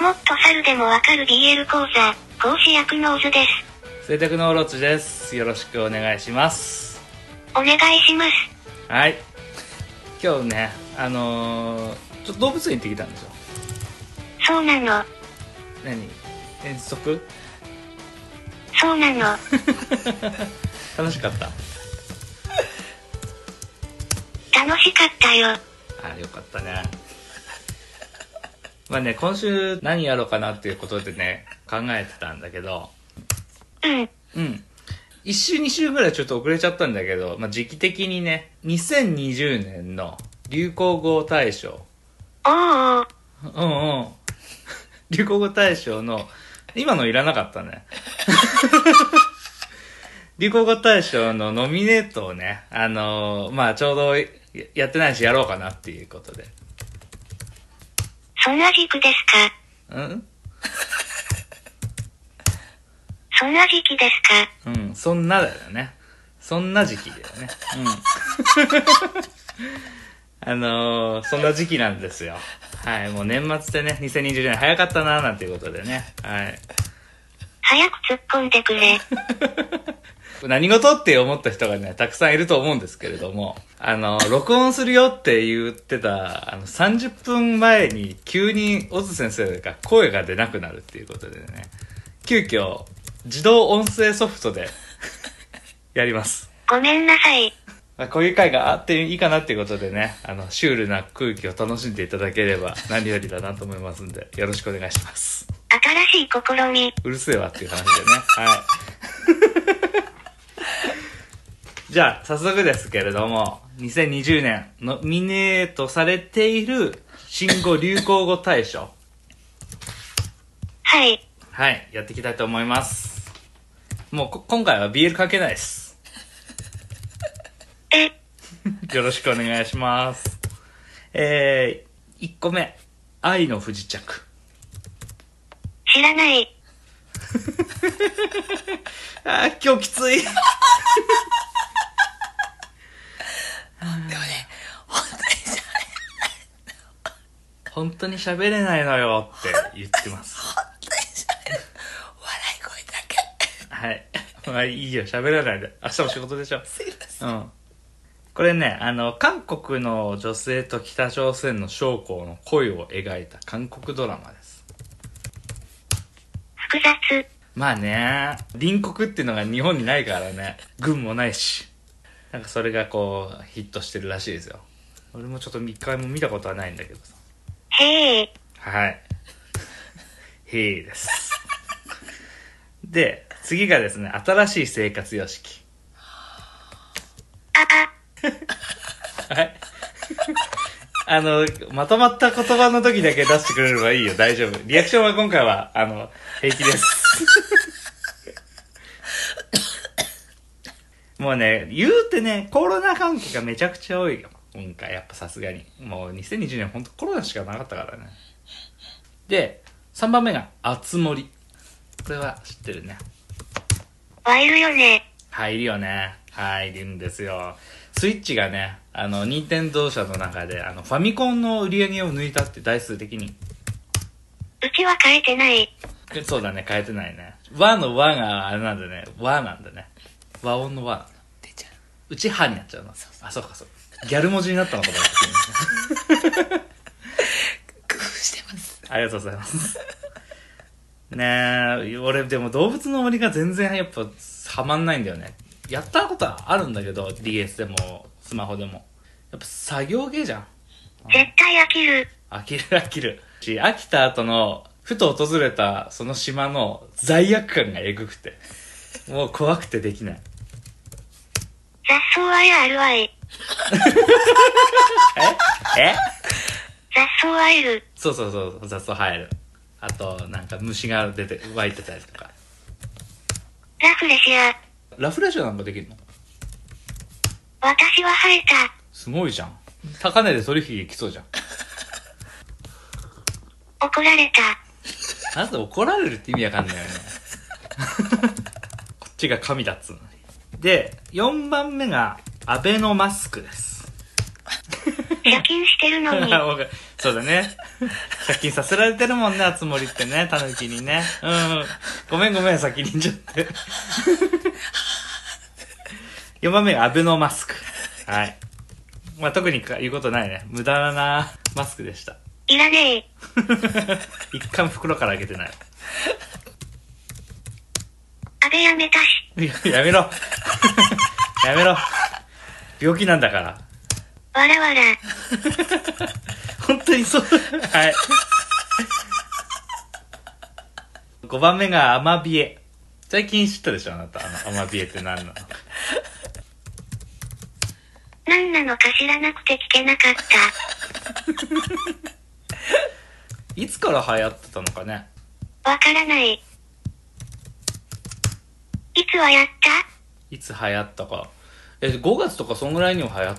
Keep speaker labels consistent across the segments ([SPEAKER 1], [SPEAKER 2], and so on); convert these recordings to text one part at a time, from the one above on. [SPEAKER 1] もっと猿でもわかる BL 講座、講師役のオズです。
[SPEAKER 2] 清徳のオロチですよろしくお願いします
[SPEAKER 1] お願いします。
[SPEAKER 2] はい今日ねあのーちょっと動物園行ってきたんですよ
[SPEAKER 1] そうなの。
[SPEAKER 2] 何遠足
[SPEAKER 1] そうなの。
[SPEAKER 2] 楽しかった
[SPEAKER 1] 楽しかったよ。
[SPEAKER 2] あよかったね まあね今週何やろうかなっていうことでね考えてたんだけど
[SPEAKER 1] うん。
[SPEAKER 2] うん1週2週ぐらいちょっと遅れちゃったんだけど、まあ、時期的にね2020年の流行語大賞
[SPEAKER 1] おーおー。
[SPEAKER 2] うん うん。流行語大賞の、今のいらなかったね。 流行語大賞のノミネートをね、あのーまあちょうどややってないしやろうかなっていうことで。
[SPEAKER 1] そんな時期ですか
[SPEAKER 2] うん
[SPEAKER 1] そんな時期ですか
[SPEAKER 2] うん、そんなだよね。そんな時期だよね。うん。あ のーそんな時期なんですよ。はい、もう年末でね、2020年早かったなーなんていうことでね。はい。
[SPEAKER 1] 早く突っ込んでくれ。
[SPEAKER 2] 何事って思った人がね、たくさんいると思うんですけれども、あの、録音するよって言ってた、あの、30分前に急にオズ先生が声が出なくなるっていうことでね、急遽、自動音声ソフトで、やります。
[SPEAKER 1] ごめんなさい。
[SPEAKER 2] まあこういう回があっていいかなっていうことでね、あの、シュールな空気を楽しんでいただければ何よりだなと思いますんで、よろしくお願いします。
[SPEAKER 1] 新しい試み。
[SPEAKER 2] うるせえわっていう話でね。はい。 じゃあ、早速ですけれども、2020年ノミネートされている新語・流行語大賞。
[SPEAKER 1] はい。
[SPEAKER 2] はい、やっていきたいと思います。もうこ、今回は BL かけないです。
[SPEAKER 1] え、
[SPEAKER 2] よろしくお願いします。えー、1個目。愛の不時着。
[SPEAKER 1] 知らない。
[SPEAKER 2] あー、今日きつい。
[SPEAKER 3] 本当にさ
[SPEAKER 2] 本当に喋れないのよって言ってます。
[SPEAKER 3] 本当にしゃべる笑い声だけ
[SPEAKER 2] はい。まあいいよ、喋らないで。明日も仕事でしょ。
[SPEAKER 3] すいません
[SPEAKER 2] うん。これね、あの、韓国の女性と北朝鮮の将校の恋を描いた韓国ドラマです。
[SPEAKER 1] 複雑。
[SPEAKER 2] まあね、隣国っていうのが日本にないからね、軍もないし。なんかそれがこう、ヒットしてるらしいですよ。俺もちょっと一回も見たことはないんだけどさ。
[SPEAKER 1] へえ。
[SPEAKER 2] はい。へいです。で、次がですね、新しい生活様式。
[SPEAKER 1] あ、あ、
[SPEAKER 2] はい。あの、まとまった言葉の時だけ出してくれればいいよ、大丈夫。リアクションは今回は、あの、平気です。もうね、言うてね、コロナ関係がめちゃくちゃ多いよ。今回、やっぱさすがに。もう2020年ほんとコロナしかなかったからね。で、3番目が、あつ森。これは知ってるね。
[SPEAKER 1] ワイルよね。
[SPEAKER 2] 入るよね。入るんですよ。スイッチがね、あの、任天堂社の中で、あの、ファミコンの売り上げを抜いたって台数的に。
[SPEAKER 1] うちは変えてない。
[SPEAKER 2] えそうだね、変えてないね。和の和があれなんだね。和なんだね。和音の和なんだ。
[SPEAKER 3] 出ちゃう
[SPEAKER 2] うち歯になっちゃうの。あ、そうかそうか。ギャル文字になったのかと思った
[SPEAKER 3] 工夫してます
[SPEAKER 2] ありがとうございます。ねえ、俺でも動物の森が全然やっぱハマんないんだよね。やったことはあるんだけど、DS でも、スマホでも。やっぱ作業系じゃん。
[SPEAKER 1] 絶対飽きる。
[SPEAKER 2] 飽きる飽きる。し、飽きた後の、ふと訪れたその島の罪悪感がえぐくて。もう怖くてできない。
[SPEAKER 1] 雑草はやあるわい。
[SPEAKER 2] え
[SPEAKER 1] 雑草はえる。
[SPEAKER 2] そうそうそう、雑草生える。あと、なんか虫が出て、湧いてたりとか。
[SPEAKER 1] ラフレシア。
[SPEAKER 2] ラフレシアなんかできるの
[SPEAKER 1] 私は生えた。
[SPEAKER 2] すごいじゃん。高値で取引できそうじゃん。
[SPEAKER 1] 怒られた。
[SPEAKER 2] なんで怒られるって意味わかんないよね。こっちが神だっつうのに。で、4番目が、アベノマスクです。
[SPEAKER 1] 借金してるのに。
[SPEAKER 2] わかるそうだね。借金させられてるもんね、あつ森ってね、たぬきにね。うん。ごめんごめん、先に言っちゃって。4番目がアベノマスク。はい。まあ、特にか言うことないね。無駄なマスクでした。
[SPEAKER 1] いらねえ。
[SPEAKER 2] 一回も袋からあげてない。
[SPEAKER 1] 安倍やめたし。
[SPEAKER 2] いややめろ。やめろ。病気なんだから。
[SPEAKER 1] わらわら。
[SPEAKER 2] 本当にそう。はい。5番目がアマビエ。最近知ったでしょあなた。あの、アマビエって何なの
[SPEAKER 1] 何なのか知らなくて聞けなかった。
[SPEAKER 2] いつから流行ってたのかね
[SPEAKER 1] わからない。いつはやった
[SPEAKER 2] いつ流行ったか。え、5月とかそんぐらいにも流行っ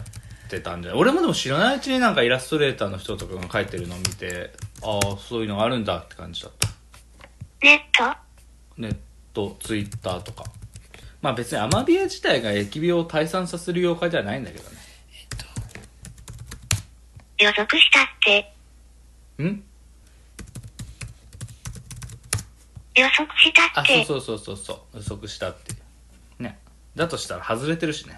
[SPEAKER 2] てたんじゃない俺もでも知らないうちになんかイラストレーターの人とかが描いてるのを見て、ああ、そういうのあるんだって感じだった。
[SPEAKER 1] ネット
[SPEAKER 2] ネット、ツイッターとか。まあ別にアマビエ自体が疫病を退散させる妖怪ではないんだけどね。
[SPEAKER 1] 予測したって。
[SPEAKER 2] ん
[SPEAKER 1] 予測した
[SPEAKER 2] あ、
[SPEAKER 1] って。
[SPEAKER 2] そうそうそうそうそう。予測したっていう。ね。だとしたら外れてるし ね。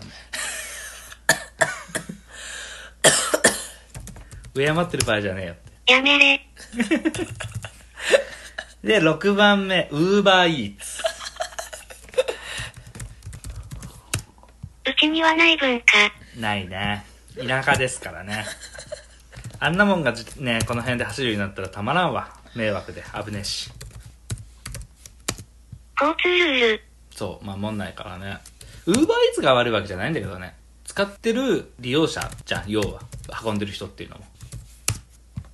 [SPEAKER 2] 敬ってる場合じゃねえよって。
[SPEAKER 1] やめれ。
[SPEAKER 2] で、6番目、ウーバーイーツ。
[SPEAKER 1] うちにはない文化。
[SPEAKER 2] ないね。田舎ですからね。あんなもんがじね、この辺で走るようになったらたまらんわ。迷惑で、危ねえし。
[SPEAKER 1] 交通ルール。
[SPEAKER 2] そう、まあ、もんないからね。ウーバーイーツが悪いわけじゃないんだけどね。使ってる利用者じゃん、要は。運んでる人っていうのも。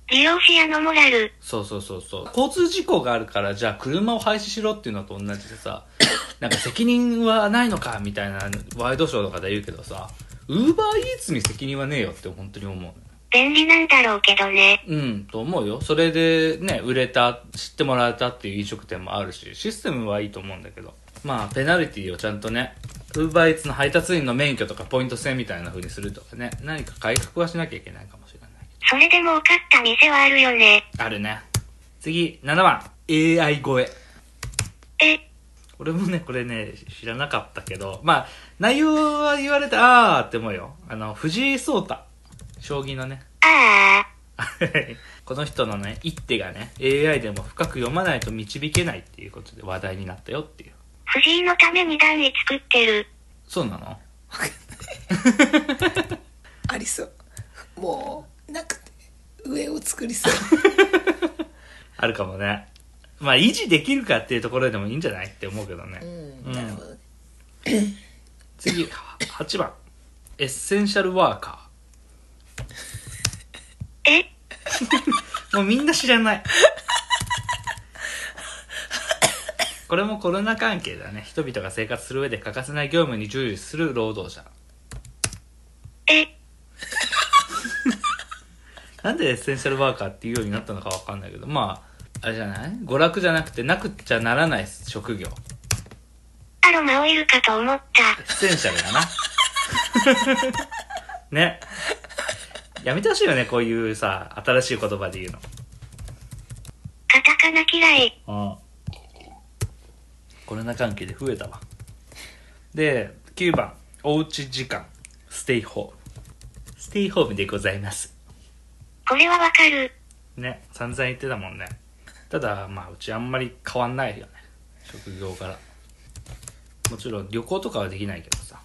[SPEAKER 1] 利用者のモラル。
[SPEAKER 2] そうそうそうそう。交通事故があるから、じゃあ車を廃止しろっていうのと同じで さ、なんか責任はないのかみたいなワイドショーとかで言うけどさ、ウーバーイーツに責任はねえよって本当に思う。
[SPEAKER 1] 便利なんだろうけどね。
[SPEAKER 2] うん、と思うよ。それでね、売れた、知ってもらえたっていう飲食店もあるし、システムはいいと思うんだけど。まあ、ペナルティをちゃんとね、ウーバーイーツの配達員の免許とかポイント制みたいな風にするとかね、何か改革はしなきゃいけないかもしれないけ
[SPEAKER 1] それで儲かった店はあるよね。
[SPEAKER 2] ど。あるね。次、7番。AI 超え。
[SPEAKER 1] え、
[SPEAKER 2] 俺もね、これね、知らなかったけど、まあ、内容は言われて、あーって思うよ。あの、藤井聡太。将棋のね、
[SPEAKER 1] ああ、
[SPEAKER 2] はいこの人のね、一手がね、AI でも深く読まないと導けないっていうことで話題になったよっていう。
[SPEAKER 1] 藤井のために段位作ってる。
[SPEAKER 2] そうなの
[SPEAKER 3] ありそうもうなくて上を作りそう
[SPEAKER 2] あるかもね。まあ、維持できるかっていうところでもいいんじゃないって思うけどね。
[SPEAKER 3] うん、
[SPEAKER 2] うん
[SPEAKER 3] なるほどね
[SPEAKER 2] 次、8番。エッセンシャルワーカ
[SPEAKER 1] え、
[SPEAKER 2] ー。もうみんな知らない。 これもコロナ関係だね。人々が生活する上で欠かせない業務に従事する労働者。
[SPEAKER 1] え、
[SPEAKER 2] なんでエッセンシャルワーカーっていうようになったのかわかんないけど、まあ、あれじゃない娯楽じゃなくて、なくちゃならない職業。
[SPEAKER 1] アロマオイルかと思った
[SPEAKER 2] エ。ッセンシャルだな。 ね。やめてほしいよね、こういうさ、新しい言葉で言う
[SPEAKER 1] カタカナ嫌い。
[SPEAKER 2] の。コロナ関係で増えたわ。で、9番、おうち時間、ステイホーム。ステイホームでございます。
[SPEAKER 1] これはわかる。
[SPEAKER 2] ね散々言ってたもんねただまあうちあんまり変わんないよね職業からもちろん旅行とかはできないけどさ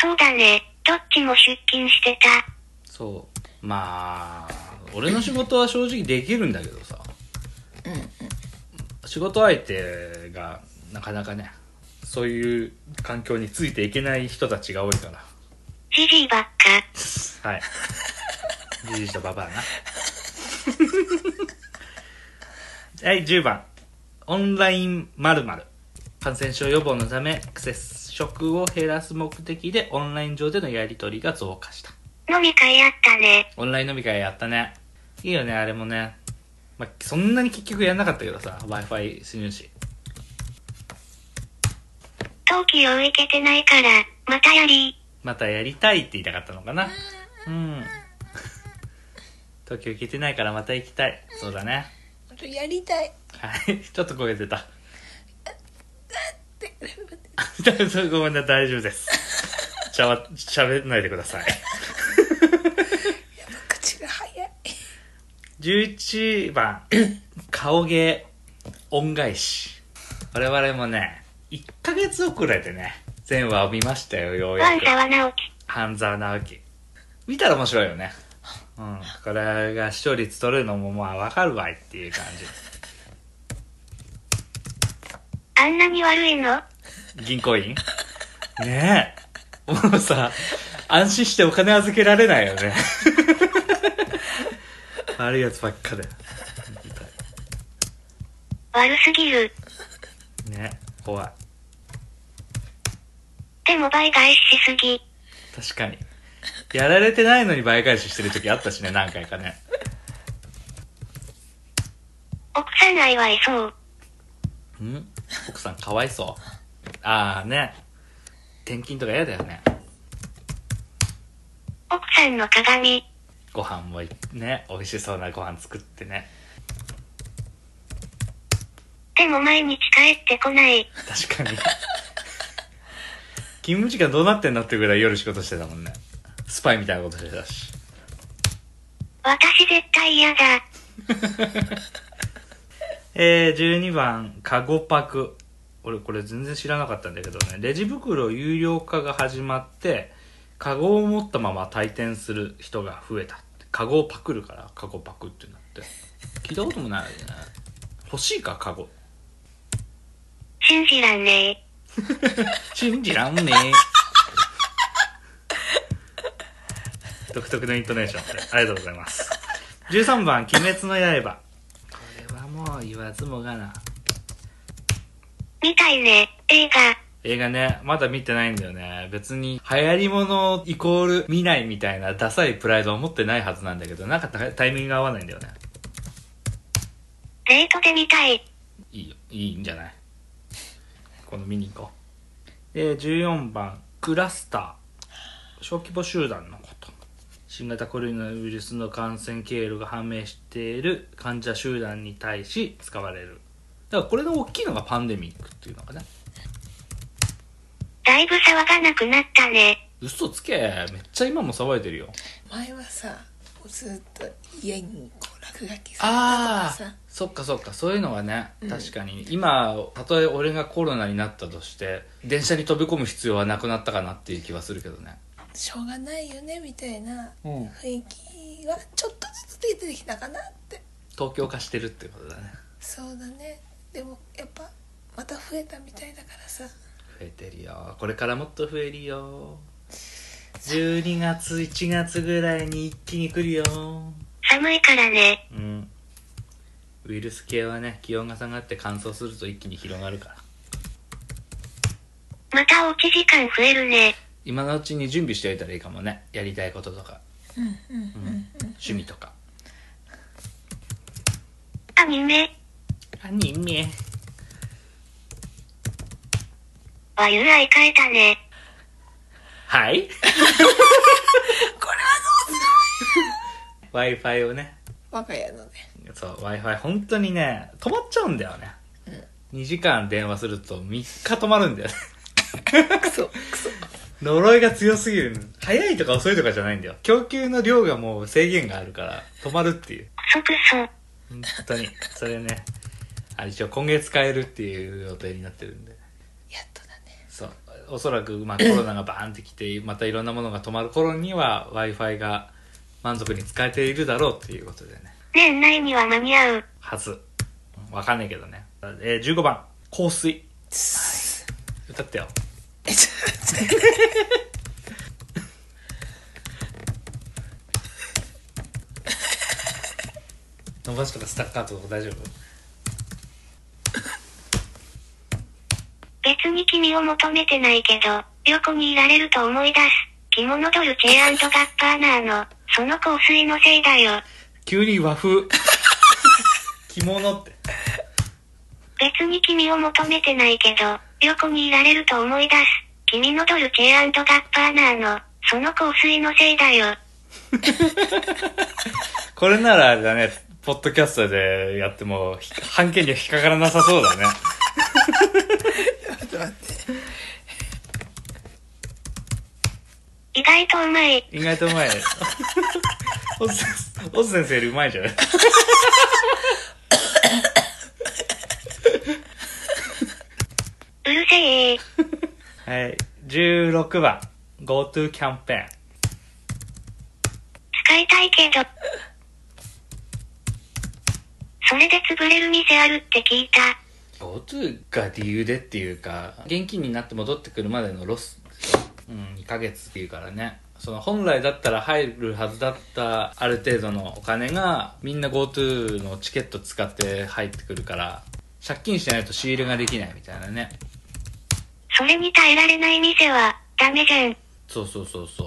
[SPEAKER 1] そうだね。どっちも出勤してた。
[SPEAKER 2] そうまあ俺の仕事は正直できるんだけどさ
[SPEAKER 3] うんうん
[SPEAKER 2] 仕事相手がなかなかねそういう環境についていけない人たちが多いから
[SPEAKER 1] ジジイばっか。
[SPEAKER 2] はい。じじいとばばあな。 はい、10番。オンラインまる感染症予防のため、接触を減らす目的でオンライン上でのやり取りが増加した。
[SPEAKER 1] 飲み会あったね。
[SPEAKER 2] オンライン飲み会やったね。いいよね、あれもね。まあ、そんなに結局やんなかったけどさ、Wi-Fi 死ぬし。
[SPEAKER 1] 登記をいけてないから、またやり。
[SPEAKER 2] またやりたいって言いたかったのかな。うん。 東京行けてないからまた行きたい。そうだね。
[SPEAKER 3] やりたい
[SPEAKER 2] はい。 ちょっと声出た。
[SPEAKER 3] って
[SPEAKER 2] ごめんな、大丈夫です。しゃわ、しゃべんないでください。
[SPEAKER 3] 口が早い
[SPEAKER 2] 11番、 顔芸、恩返し。我々もね、1ヶ月遅れでね、全話を見ましたよ、ようや
[SPEAKER 1] ワン
[SPEAKER 2] く。
[SPEAKER 1] サワナオキ。
[SPEAKER 2] 半沢直樹。見たら面白いよね。うん。これが視聴率取れるのもまあわかるわいっていう感
[SPEAKER 1] あんなに悪いの
[SPEAKER 2] じ。銀行員ねえ。もうさ、安心してお金預けられないよね。悪いやつばっかだよ。
[SPEAKER 1] 悪すぎる。
[SPEAKER 2] ね怖い。
[SPEAKER 1] でも倍返ししすぎ。
[SPEAKER 2] 確かに。やられてないのに倍返ししてる時あったしね、何回かね。
[SPEAKER 1] 奥さん愛はいそう。
[SPEAKER 2] ん奥さんかわいそう。ああね。転勤とか嫌だよね。
[SPEAKER 1] 奥さんの鏡。
[SPEAKER 2] ご飯もいね、美味しそうなご飯作ってね。
[SPEAKER 1] でも毎日帰ってこない。
[SPEAKER 2] 確かに。 勤務時間どうなってんだっていうぐらい夜仕事してたもんね。スパイみたいなことしてたし。
[SPEAKER 1] 私絶対嫌だ。
[SPEAKER 2] えー、12番、カゴパク。俺これ全然知らなかったんだけどね。レジ袋有料化が始まって、カゴを持ったまま退店する人が増えたって。カゴをパクるから、カゴパクってなって。聞いたこともないよね。欲しいか、カゴ。
[SPEAKER 1] 信じらんねえ。
[SPEAKER 2] 信じらんねえ 独特のイントネーションありがとうございます13番「鬼滅の刃」これはもう言わずもがな
[SPEAKER 1] みたいね。映画。
[SPEAKER 2] 映画ねまだ見てないんだよね別に流行り物イコール見ないみたいなダサいプライドを持ってないはずなんだけどなんかタイミングが合わないんだよね
[SPEAKER 1] デートで見たい。
[SPEAKER 2] いいよいいんじゃないこの見に行こうで14番クラスター小規模集団のこと新型コロナウイルスの感染経路が判明している患者集団に対し使われるだからこれの大きいのがパンデミックっていうのかね
[SPEAKER 1] だいぶ騒がなくなったね。
[SPEAKER 2] 嘘つけめっちゃ今も騒いでるよ
[SPEAKER 3] 前はさもうずっと家にこう落書きすると
[SPEAKER 2] あ
[SPEAKER 3] か
[SPEAKER 2] あ
[SPEAKER 3] さ
[SPEAKER 2] そっかそっかそういうのはね、確かに今たとえ俺がコロナになったとして電車に飛び込む必要はなくなったかなっていう気はするけどね
[SPEAKER 3] しょうがないよねみたいな
[SPEAKER 2] うん
[SPEAKER 3] 雰囲気はちょっとずつ出てきたかなって
[SPEAKER 2] 東京化してるってことだね
[SPEAKER 3] そうだねでもやっぱまた増えたみたいだからさ
[SPEAKER 2] 増えてるよこれからもっと増えるよ12月1月ぐらいに一気に来るよ
[SPEAKER 1] 寒いからね。
[SPEAKER 2] うんウイルス系はね気温が下がって乾燥すると一気に広がるから
[SPEAKER 1] またおうち時間増えるね。
[SPEAKER 2] 今のうちに準備しておいたらいいかもねやりたいこととか、
[SPEAKER 3] うんうん
[SPEAKER 2] うん、趣味とか
[SPEAKER 1] アニメ。
[SPEAKER 2] アニメ
[SPEAKER 1] は由来変えたね。
[SPEAKER 2] はい これはどうす Wi-Fi をね
[SPEAKER 3] 我が家のね
[SPEAKER 2] そう w i f i 本当にね止まっちゃうんだよね、2時間電話すると3日止まるんだよね
[SPEAKER 3] クソクソ
[SPEAKER 2] 呪いが強すぎる早いとか遅いとかじゃないんだよ供給の量がもう制限があるから止まるっていう
[SPEAKER 1] クソクソ。
[SPEAKER 2] 本当にそれねあ一応今月使えるっていう予定になってるんで
[SPEAKER 3] やっとだね
[SPEAKER 2] そうおそらく、まあ、コロナがバーンってきてまたいろんなものが止まる頃には w i f i が満足に使えているだろうっていうことでね
[SPEAKER 1] 年内には間に合う。
[SPEAKER 2] はずうんわかんないけどね、えー15番香水歌ってよ
[SPEAKER 3] えちょっと待って
[SPEAKER 2] 伸ばしとかスタッカートとか大丈夫
[SPEAKER 1] 別に君を求めてないけど、横にいられると思い出す。着物ドルチェガッパーナーの、その香水のせいだよ。
[SPEAKER 2] 急に和 風着物って
[SPEAKER 1] 別に君を求めてないけど、横にいられると思い出す。君のドルチェガッパーナーの、その香水のせいだよ。
[SPEAKER 2] これならあれだね、ポッドキャストでやっても、ひ半径には引っかからなさそうだね。
[SPEAKER 3] 待って待って。
[SPEAKER 1] 意外とうまい。
[SPEAKER 2] 意外とうまい。 オズ先生オズ先生よりうまいじゃない
[SPEAKER 1] うるせえ。
[SPEAKER 2] はい。16番、GoTo キャンペーン。
[SPEAKER 1] 使いたいけど。それで潰れる店あるって聞いた。
[SPEAKER 2] GoTo が理由でっていうか現金になって戻ってくるまでのロス、うん、2ヶ月っていうからねその本来だったら入るはずだったある程度のお金がみんな GoTo のチケット使って入ってくるから借金してないと仕入れができないみたいなね
[SPEAKER 1] それに耐えられない店は、ダメじゃん。
[SPEAKER 2] そうそうそうそう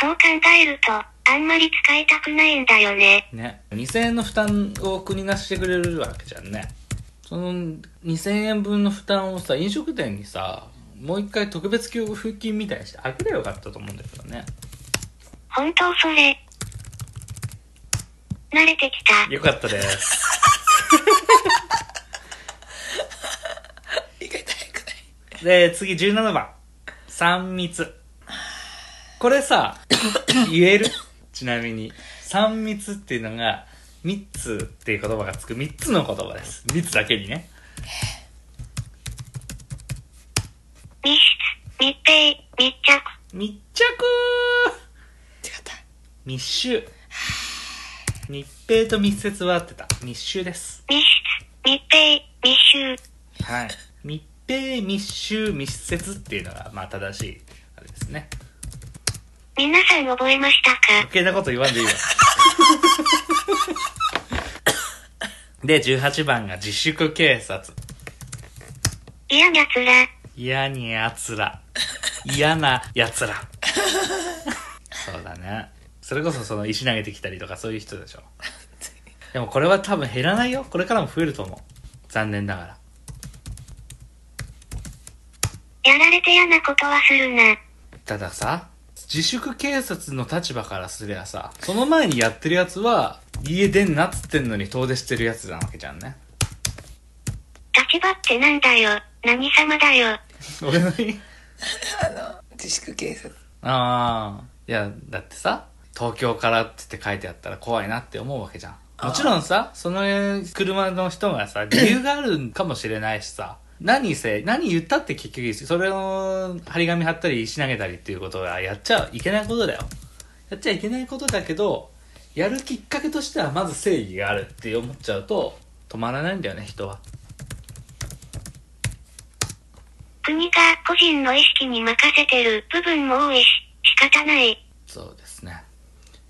[SPEAKER 1] そう考えると、あんまり使いたくないんだよね。
[SPEAKER 2] ね2000円の負担を国がしてくれるわけじゃんねその2000円分の負担をさ飲食店にさもう一回特別給付金みたいにしてあげればよかったと思うんだけどね
[SPEAKER 1] 本当それ。慣れてきた。
[SPEAKER 2] よかったです。
[SPEAKER 3] 意外と早くない。
[SPEAKER 2] で、次17番。三密。これさ、言えるちなみに。三密っていうのが、三つっていう言葉がつく三つの言葉です。密だけにね。
[SPEAKER 1] 密室、密閉、密着。
[SPEAKER 2] 密着
[SPEAKER 3] 違った。
[SPEAKER 2] 密集。密閉と密接は合ってた。密集です。
[SPEAKER 1] 密室、密閉、密集。
[SPEAKER 2] はい。密閉、密集、密接っていうのが、まあ正しい、あれですね。
[SPEAKER 1] 皆さん覚えましたか
[SPEAKER 2] 余計なこと言わんでいいわ。で、18番が自粛警察。
[SPEAKER 1] 嫌な奴ら。
[SPEAKER 2] 嫌に奴ら。嫌な奴ら。そうだね。それこそその石投げてきたりとかそういう人でしょ。でもこれは多分減らないよ。これからも増えると思う。残念ながら。
[SPEAKER 1] やられて嫌なことはするな。
[SPEAKER 2] たださ、自粛警察の立場からすりゃさ、その前にやってるやつは、家出んなっつってんのに遠出してるやつなわけじゃんね。
[SPEAKER 1] 立場ってなんだよ。何様だよ。
[SPEAKER 2] 俺のい
[SPEAKER 3] あの、自粛警察。
[SPEAKER 2] ああいやだってさ東京からって言って書いてあったら怖いなって思うわけじゃんもちろんさその車の人がさ理由があるかもしれないしさ何せ何言ったって結局それを張り紙貼ったり石投げたりっていうことはやっちゃいけないことだよやっちゃいけないことだけどやるきっかけとしてはまず正義があるって思っちゃうと止まらないんだよね人は
[SPEAKER 1] 国が個人の意識に任せてる部分も多いし、仕方ない。
[SPEAKER 2] そうですね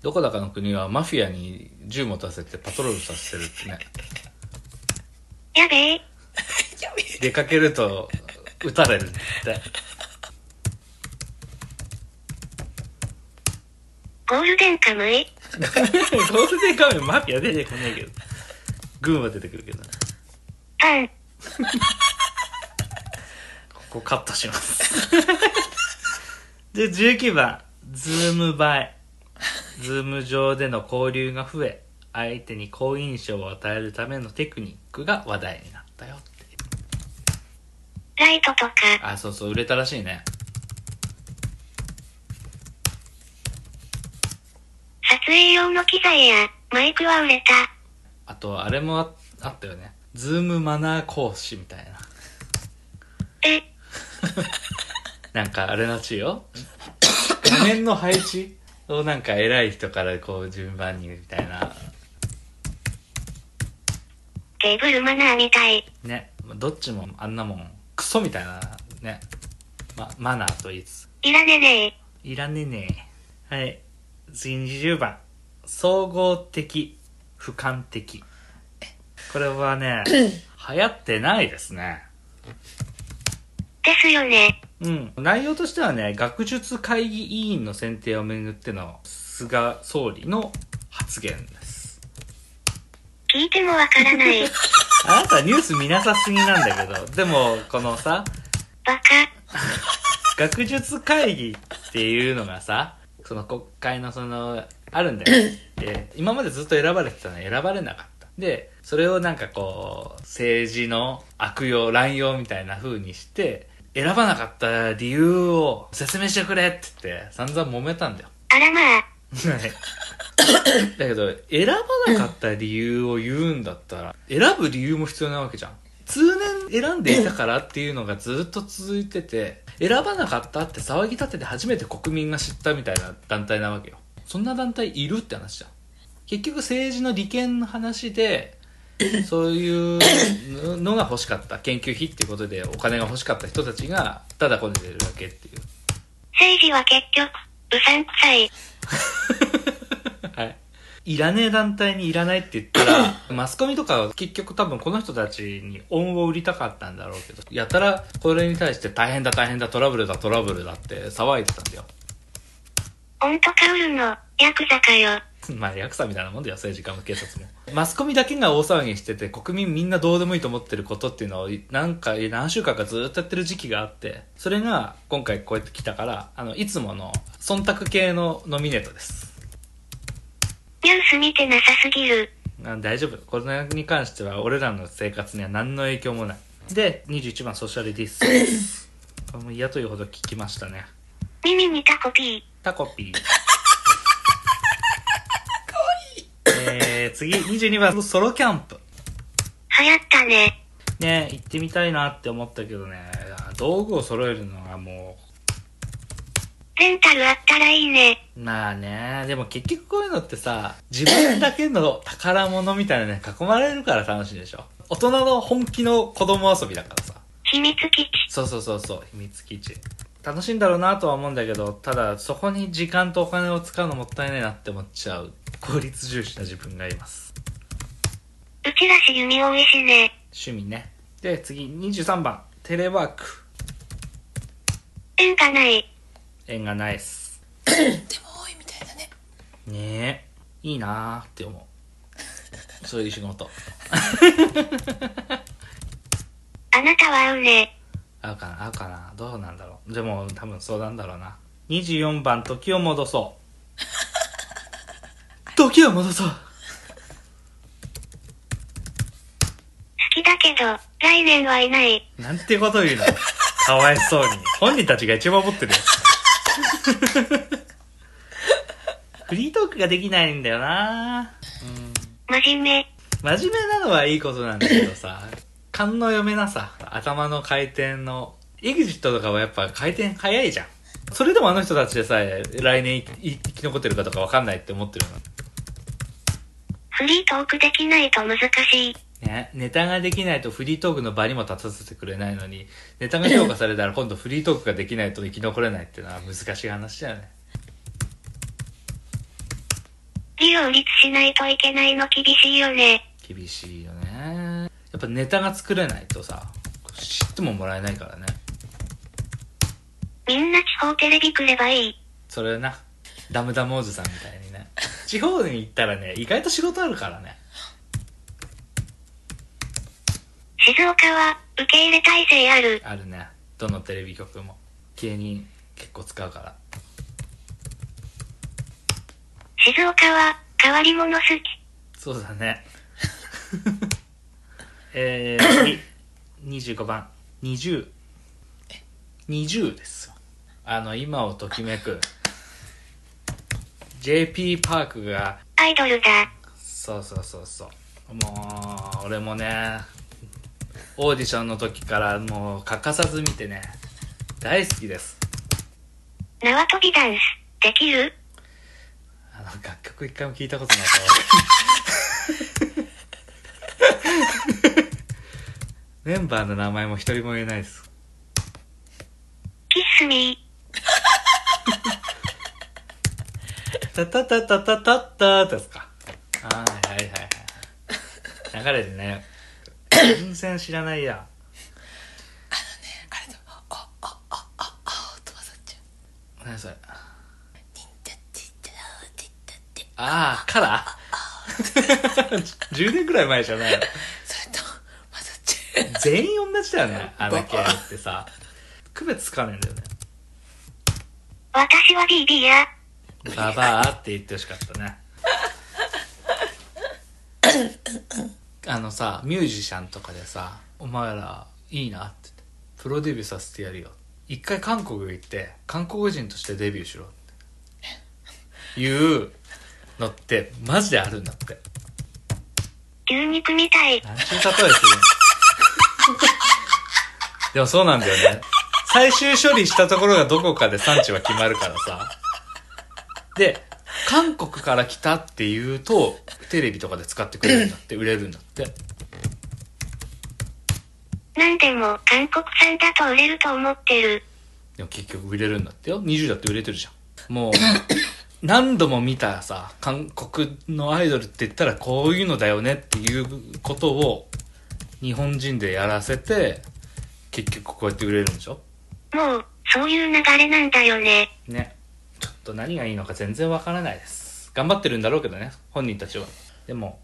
[SPEAKER 2] どこだかの国はマフィアに銃持たせてパトロールさせてるってね
[SPEAKER 1] やべえ。
[SPEAKER 3] やべえ。
[SPEAKER 2] 出かけると撃たれる って
[SPEAKER 1] ゴールデンカムイ
[SPEAKER 2] ゴールデンカメマフィア出てこないけど軍は出てくるけど
[SPEAKER 1] パン。
[SPEAKER 2] ここカットしますで19番ズーム映えズーム上での交流が増え相手に好印象を与えるためのテクニックが話題になったよって
[SPEAKER 1] ライトとか、
[SPEAKER 2] あそうそう売れたらしいね
[SPEAKER 1] 撮影用の機材や、マイクは売れた。
[SPEAKER 2] あとあれもああったよねズームマナー講師みたいな
[SPEAKER 1] え、
[SPEAKER 2] なんかあれらしいよ画面の配置をなんか偉い人からこう順番にみたいな
[SPEAKER 1] テーブルマナーみたい。
[SPEAKER 2] ねどっちもあんなもんクソみたいなね、ま、マナーと言いつつ
[SPEAKER 1] いらねねえ。
[SPEAKER 2] いらねえねはい次20番総合的俯瞰的これはね流行ってないですね
[SPEAKER 1] ですよね。
[SPEAKER 2] うん、内容としてはね学術会議委員の選定をめぐっての菅総理の発言です
[SPEAKER 1] 聞いてもわからない。
[SPEAKER 2] あなたニュース見なさすぎなんだけどでもこのさ
[SPEAKER 1] バカ。
[SPEAKER 2] 学術会議っていうのがさその国会のそのあるんだよ、で今までずっと選ばれてたのに選ばれなかったでそれをなんかこう政治の悪用乱用みたいな風にして選ばなかった理由を説明してくれって言って散々揉めたんだよ
[SPEAKER 1] あらまあ、
[SPEAKER 2] はいだけど選ばなかった理由を言うんだったら選ぶ理由も必要なわけじゃん通年選んでいたからっていうのがずっと続いてて選ばなかったって騒ぎ立てて初めて国民が知ったみたいな団体なわけよそんな団体いるって話じゃん結局政治の利権の話でそういうのが欲しかった研究費っていうことでお金が欲しかった人たちがただこねてるだけっていう
[SPEAKER 1] 政治は結局、うさんくさい。
[SPEAKER 2] はい。いらねえ団体にいらないって言ったら、マスコミとかは結局多分この人たちに恩を売りたかったんだろうけど、やたらこれに対して大変だ大変だトラブルだトラブルだって騒いでたんだよ。
[SPEAKER 1] オントカウルの、ヤクザかよ。
[SPEAKER 2] まあ、ヤクザみたいなもんだよ、政治家も警察も。マスコミだけが大騒ぎしてて、国民みんなどうでもいいと思ってることっていうのを、何回、何週間かずっとやってる時期があって、それが今回こうやって来たから、あの、いつもの忖度系のノミネートです。
[SPEAKER 1] ニュース見てなさすぎる。
[SPEAKER 2] あ大丈夫これに関しては俺らの生活には何の影響もないで21番ソーシャルディスタン スこれも嫌というほど聞きましたね
[SPEAKER 1] 耳にタコピ
[SPEAKER 2] タコピー かわいいえー、次22番ソロキャンプ
[SPEAKER 1] ー。流行ったね。
[SPEAKER 2] ね行ってみたいなって思ったけどね道具を揃えるのがも
[SPEAKER 1] レンタルあったらいいね。
[SPEAKER 2] うまあねでも結局こういうのってさ自分だけの宝物みたいなね囲まれるから楽しいでしょ大人の本気の子供遊びだからさ
[SPEAKER 1] 秘密基地。
[SPEAKER 2] そうそうそうそう秘密基地楽しいんだろうなとは思うんだけどただそこに時間とお金を使うのもったいないなって思っちゃう効率重視な自分がいます
[SPEAKER 1] うちらし弓多いしね。
[SPEAKER 2] 趣味ねで次23番テレワーク
[SPEAKER 1] 縁がない。
[SPEAKER 2] 縁がないっす
[SPEAKER 3] でも多いみたいだね
[SPEAKER 2] ねえいいなーって思うそういう仕事
[SPEAKER 1] あなたは合うね。
[SPEAKER 2] 合うかな合うかなどうなんだろうでも多分そうなんだろうな24番時を戻そう時を戻そう
[SPEAKER 1] 好きだけど、来年はいない。
[SPEAKER 2] なんてこと言うの。かわいそうに。本人たちが一番思ってるよ。フリートークができないんだよな
[SPEAKER 1] 真面目。
[SPEAKER 2] 真面目なのはいいことなんだけどさ、勘の読めなさ、頭の回転の、エグジットとかはやっぱ回転早いじゃん。それでもあの人たちでさえ来年いい生き残ってるかとかわかんないって思ってる
[SPEAKER 1] フリートークできないと難しい。
[SPEAKER 2] の。ね、ネタができないとフリートークの場にも立たせてくれないのに、ネタが評価されたら今度フリートークができないと生き残れないっていうのは難しい話だよね。
[SPEAKER 1] 理を立しないといけないの厳しいよね。
[SPEAKER 2] 厳しいよねやっぱネタが作れないとさ知ってももらえないからね
[SPEAKER 1] みんな地方テレビ来ればいい。
[SPEAKER 2] それなダムダムおじさんみたいにね地方に行ったらね意外と仕事あるからね
[SPEAKER 1] 静岡は、受け入れ体制ある。
[SPEAKER 2] あるねどのテレビ局も芸人結構使うから
[SPEAKER 1] 静岡は、変わり者好き。
[SPEAKER 2] そうだねえー、次25番2020ですよあの今をときめく JP パークが
[SPEAKER 1] アイドルだ。
[SPEAKER 2] そうそうそうそうもう俺もねオーディションの時からもう欠かさず見てね大好きです
[SPEAKER 1] 縄跳びダンス、できる
[SPEAKER 2] あの楽曲一回も聞いたことない からメンバーの名前も一人も言えないです
[SPEAKER 1] キッスミ
[SPEAKER 2] タタタタタタタですかはいはいはいはい流れでね全然知らないや
[SPEAKER 3] あれだああああああ飛ばさっちゃう
[SPEAKER 2] 何それあ
[SPEAKER 3] 忍者って言ってたって言ったって
[SPEAKER 2] あーカラー 10年くらい前じゃないの
[SPEAKER 3] それと混ざっちゃう
[SPEAKER 2] 全員同じだよ ねあの系ってさ区別つかねえんだよね
[SPEAKER 1] 私は BB や。
[SPEAKER 2] ババアって言ってほしかったね。 あのさ、ミュージシャンとかでさ、お前らいいなって言ってプロデビューさせてやるよ。一回韓国行って、韓国人としてデビューしろって。いうのって、マジであるんだって。
[SPEAKER 1] 牛肉みたい。
[SPEAKER 2] 何ちゅう例えするの でもそうなんだよね。最終処理したところがどこかで産地は決まるからさ。で、韓国から来たっていうと、テレビとかで使ってくれるんだって、売れるんだって。
[SPEAKER 1] なんでも、韓国産だと売れると思ってる。
[SPEAKER 2] でも結局売れるんだってよ。20だって売れてるじゃん。もう、何度も見たさ、韓国のアイドルって言ったらこういうのだよねっていうことを、日本人でやらせて、結局こうやって売れるんでしょ
[SPEAKER 1] もう、そういう流れなんだよね。
[SPEAKER 2] ねちょっと何がいいのか全然わからないです頑張ってるんだろうけどね本人たちはで も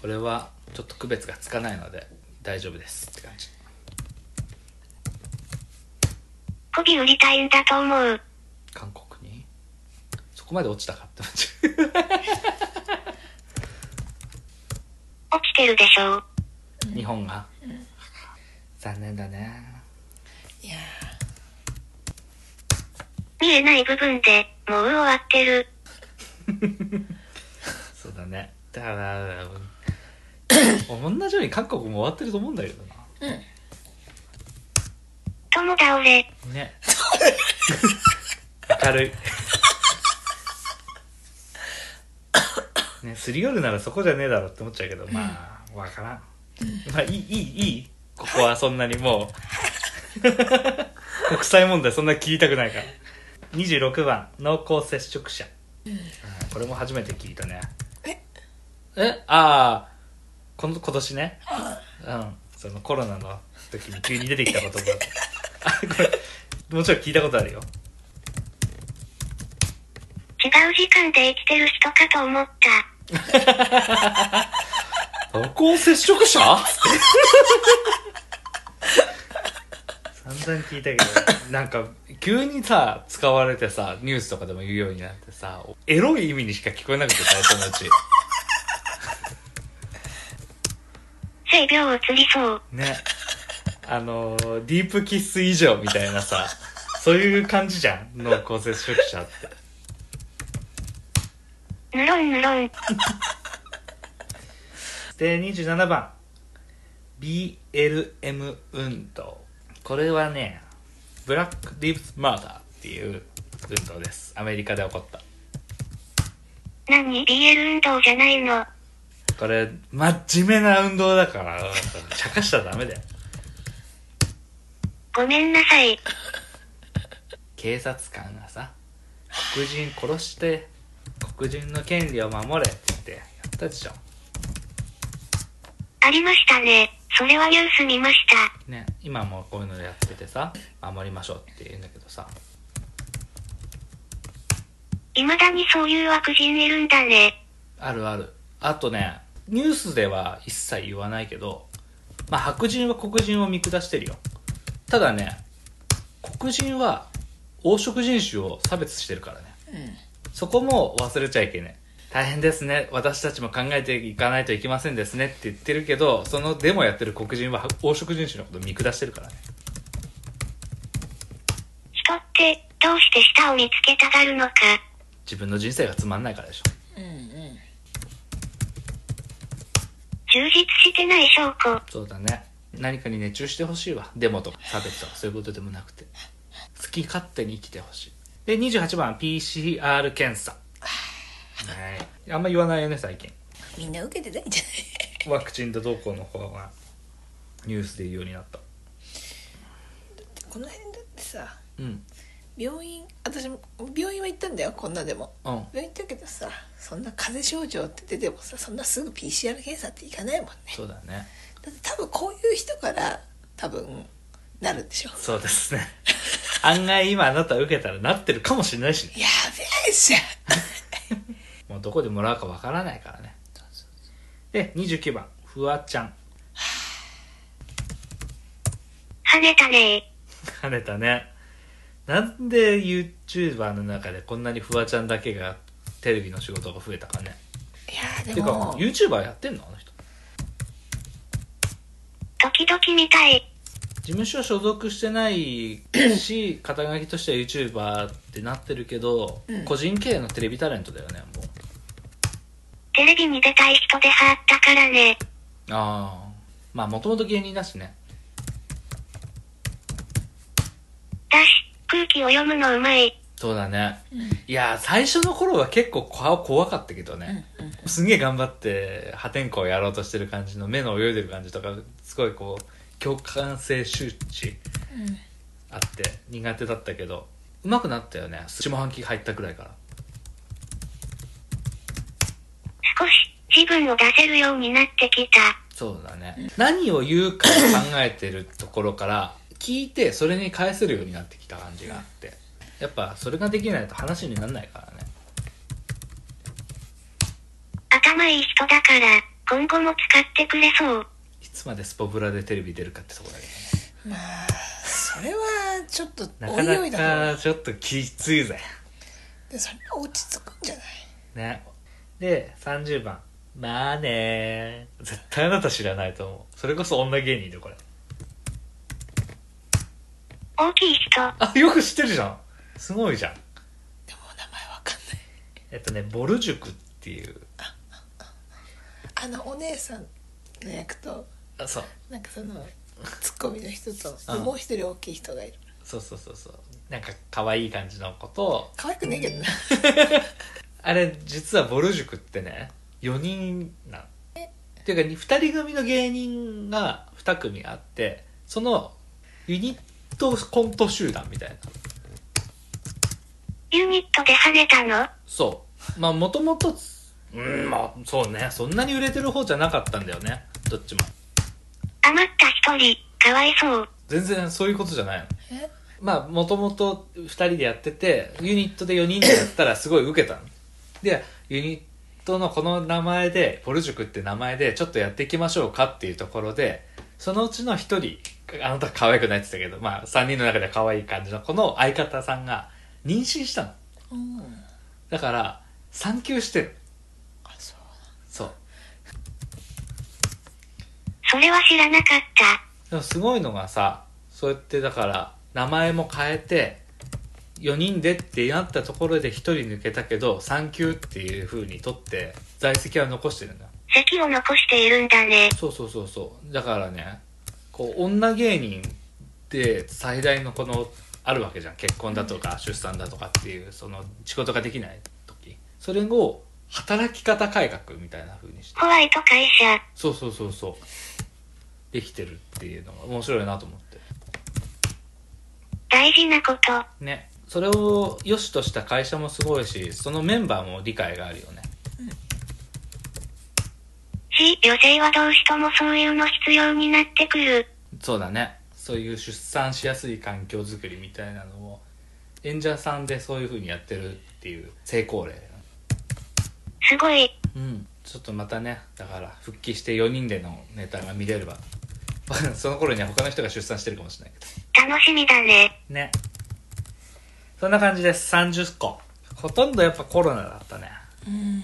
[SPEAKER 2] これはちょっと区別がつかないので大丈夫ですって感じ
[SPEAKER 1] 媚び売りたいんだと思う。
[SPEAKER 2] 韓国にそこまで落ちたかって感じ
[SPEAKER 1] 落ちてるでしょう。
[SPEAKER 2] 日本が残念だね
[SPEAKER 3] いや
[SPEAKER 1] 見えない部分で、もう終わってる。
[SPEAKER 2] そうだねだから 同じように韓国も終わってると思うんだけどな
[SPEAKER 1] 友だ俺。
[SPEAKER 2] ね明るいねすり寄るならそこじゃねえだろって思っちゃうけどまあわからんまあいいいいいいここはそんなにも う国際問題そんな聞りたくないから26番濃厚接触者、うんこれも初めて聞いたね
[SPEAKER 3] え
[SPEAKER 2] えああこの今年ねうんそのコロナの時に急に出てきた言葉あこれもちろん聞いたことあるよ
[SPEAKER 1] 違う時間で生きてる人かと思った。
[SPEAKER 2] 濃厚接触者散々聞いたけどなんか急にさ使われてさニュースとかでも言うようになってさエロい意味にしか聞こえなくてさ友達
[SPEAKER 1] 性病を移りそう。
[SPEAKER 2] ねあのーディープキス以上みたいなさそういう感じじゃん濃厚接触者って
[SPEAKER 1] ぬろんぬろん。
[SPEAKER 2] で27番 BLM 運動これはねブラック・ディープ・マーダーっていう運動ですアメリカで起こった
[SPEAKER 1] 何 ?BL 運動じゃないの。
[SPEAKER 2] これ真面目な運動だから茶化しちゃダメだよ
[SPEAKER 1] ごめんなさい。
[SPEAKER 2] 警察官がさ黒人殺して黒人の権利を守れって言ってやったでしょ
[SPEAKER 1] ありましたね。それはニュース見ました。
[SPEAKER 2] ね今もこういうのやっててさ守りましょうって言うんだけどさ
[SPEAKER 1] 未だにそういう悪人いるんだね。
[SPEAKER 2] あるある。あとね、ニュースでは一切言わないけど、まあ白人は黒人を見下してるよ。ただね、黒人は黄色人種を差別してるからね。そこも忘れちゃいけない。大変ですね。私たちも考えていかないといけませんですねって言ってるけど、そのデモやってる黒人は黄色人種のことを見下してるからね。
[SPEAKER 1] 人って、どうして舌を見つけたがるのか。
[SPEAKER 2] 自分の人生がつまんないからでしょ。
[SPEAKER 3] うんうん
[SPEAKER 1] 充実してない証拠。
[SPEAKER 2] そうだね何かに熱中してほしいわデモとか差別とかそういうことでもなくて好き勝手に生きてほしいで28番 PCR 検査はいあんま言わないよね最近
[SPEAKER 3] みんな受けてないんじゃ
[SPEAKER 2] ワクチンとどうこうの方がニュースで言うようになった
[SPEAKER 3] ないだってこの辺だってさ
[SPEAKER 2] うん
[SPEAKER 3] 病院私も病院は行ったんだよこんなでも
[SPEAKER 2] うん
[SPEAKER 3] 病院行ったけどさそんな風邪症状って出てもさそんなすぐ PCR 検査っていかないもんね
[SPEAKER 2] そうだね
[SPEAKER 3] だって多分こういう人から多分なるんでしょ
[SPEAKER 2] そうですね 案外今あなた受けたらなってるかもしれないしね
[SPEAKER 3] やべえじゃん
[SPEAKER 2] もうどこでもらうかわからないからねで29番フワちゃん
[SPEAKER 1] 跳ねたね
[SPEAKER 2] 跳ねたねなんで YouTuber の中でこんなにフワちゃんだけがテレビの仕事が増えたかね
[SPEAKER 3] いやー
[SPEAKER 2] て
[SPEAKER 3] で
[SPEAKER 2] いうか
[SPEAKER 3] も
[SPEAKER 2] YouTuber やってんのあの人
[SPEAKER 1] 時々見たい。
[SPEAKER 2] 事務所所属してない し肩書きとしては YouTuber ってなってるけど、
[SPEAKER 3] うん
[SPEAKER 2] 個人経営のテレビタレントだよねもう
[SPEAKER 1] テレビに出たい人ではあったからね。
[SPEAKER 2] ああまあもともと芸人だしね
[SPEAKER 1] だし、空気を読むのうまい。
[SPEAKER 2] そうだね
[SPEAKER 3] うん
[SPEAKER 2] いやー最初の頃は結構顔怖かったけどね、
[SPEAKER 3] うんうん
[SPEAKER 2] すんげえ頑張って破天荒やろうとしてる感じの目の泳いでる感じとかすごいこう共感性周知
[SPEAKER 3] うん
[SPEAKER 2] あって苦手だったけどうまくなったよね下半期入ったくらいから
[SPEAKER 1] 少し、自分を出せるようになってきた。
[SPEAKER 2] そうだね、何を言うかを考えてるところから聞いてそれに返せるようになってきた感じがあってやっぱそれができないと話にならないからね
[SPEAKER 1] 頭いい人だから、今後も使ってくれそう。
[SPEAKER 2] いつまでスポブラでテレビ出るかってところだけどね
[SPEAKER 3] まあそれはちょっと
[SPEAKER 2] な
[SPEAKER 3] お
[SPEAKER 2] か
[SPEAKER 3] いおい
[SPEAKER 2] な
[SPEAKER 3] だから
[SPEAKER 2] かちょっときついぜ
[SPEAKER 3] でそれ落ち着くんじゃない
[SPEAKER 2] ねで30番「まあねー」絶対あなた知らないと思うそれこそ女芸人でこれ
[SPEAKER 1] 大きい人、
[SPEAKER 2] あよく知ってるじゃんすごいじゃん
[SPEAKER 3] でも名前わかんない
[SPEAKER 2] えっとねボル塾っていう
[SPEAKER 3] あのお姉さんの役と
[SPEAKER 2] あそう
[SPEAKER 3] なんかそのツッコミの人とで
[SPEAKER 2] うん
[SPEAKER 3] もう一人大きい人がいる
[SPEAKER 2] そうそうそうそうなんか可愛い感じの子と
[SPEAKER 3] 可愛くねえけどな
[SPEAKER 2] あれ実はボル塾ってね4人なんっていうか2人組の芸人が2組あってそのユニットコント集団みたいな
[SPEAKER 1] ユニットで跳ねたの
[SPEAKER 2] そうまあもともとうんまあそうねそんなに売れてる方じゃなかったんだよねどっちも
[SPEAKER 1] 余った一人、かわいそう。
[SPEAKER 2] 全然そういうことじゃないの
[SPEAKER 3] え
[SPEAKER 2] まあもともと2人でやっててユニットで4人でやったらすごい受けたのでユニットのこの名前でポル塾って名前でちょっとやっていきましょうかっていうところでそのうちの1人あなた可愛くないって言ったけどまあ3人の中では可愛い感じのこの相方さんが妊娠したの
[SPEAKER 3] うん
[SPEAKER 2] だから産休してる
[SPEAKER 3] あそう
[SPEAKER 2] そう
[SPEAKER 1] それは知らなかった。
[SPEAKER 2] でもすごいのがさそうやってだから名前も変えて4人でってなったところで1人抜けたけど産休っていう風に取って在籍は残してるんだ
[SPEAKER 1] 席を残しているんだね。
[SPEAKER 2] そうそうそうそうだからねこう女芸人って最大のこのあるわけじゃん結婚だとか出産だとかっていうその仕事ができない時それを働き方改革みたいな風にして
[SPEAKER 1] ホワイト会社、
[SPEAKER 2] そうそうそうそうできてるっていうのが面白いなと思って
[SPEAKER 1] 大事なこと。
[SPEAKER 2] ねそれを良しとした会社もすごいしそのメンバーも理解があるよね
[SPEAKER 1] し、女性はどうしてもそういうの必要になってくる。
[SPEAKER 2] そうだねそういう出産しやすい環境づくりみたいなのを演者さんでそういう風にやってるっていう成功例
[SPEAKER 1] すごい。
[SPEAKER 2] うんちょっとまたねだから復帰して4人でのネタが見れれば その頃には他の人が出産してるかもしれないけど
[SPEAKER 1] 楽しみだね。
[SPEAKER 2] ねそんな感じです30個ほとんどやっぱコロナだったね
[SPEAKER 3] うん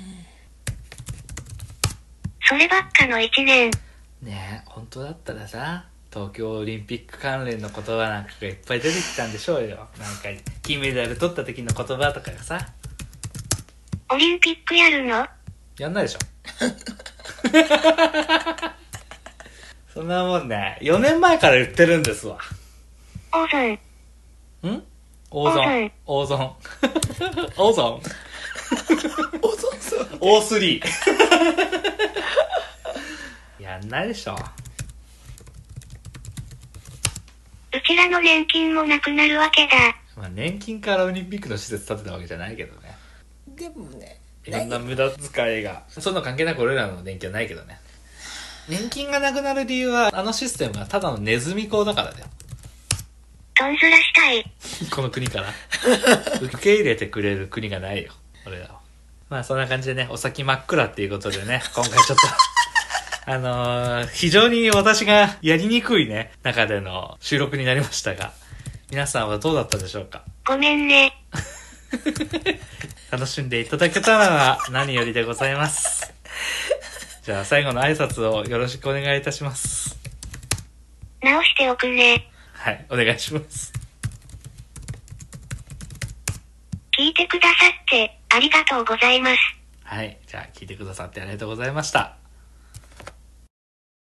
[SPEAKER 1] そればっかの一年。
[SPEAKER 2] ねえ本当だったらさ東京オリンピック関連の言葉なんかがいっぱい出てきたんでしょうよなんか金メダル取った時の言葉とかがさ
[SPEAKER 1] オリンピックやるの
[SPEAKER 2] やんないで しょそんなもんね4年前から言ってるんですわ
[SPEAKER 1] オーズン。
[SPEAKER 2] ん大損大 損大損
[SPEAKER 3] おぞんそう
[SPEAKER 2] 大スリー やんないでしょ
[SPEAKER 1] うちらの年金もなくなるわけだ。
[SPEAKER 2] まあ年金からオリンピックの施設建てたわけじゃないけどね
[SPEAKER 3] でもね
[SPEAKER 2] いろんな無駄遣いがそんな関係なく俺らの年金はないけどね年金がなくなる理由はあのシステムがただのネズミ講だからだよ
[SPEAKER 1] どんずらしたい。
[SPEAKER 2] この国から 受け入れてくれる国がないよ俺らはまあそんな感じでねお先真っ暗っていうことで ね今回ちょっとあのー非常に私がやりにくいね中での収録になりましたが皆さんはどうだったでしょうか
[SPEAKER 1] ごめんね。
[SPEAKER 2] 楽しんでいただけたら何よりでございます。じゃあ最後の挨拶をよろしくお願いいたします。
[SPEAKER 1] 直しておくね。
[SPEAKER 2] はい、お願いします。
[SPEAKER 1] 聞いてくださって、ありがとうございます。
[SPEAKER 2] はい、じゃあ聞いてくださってありがとうございました。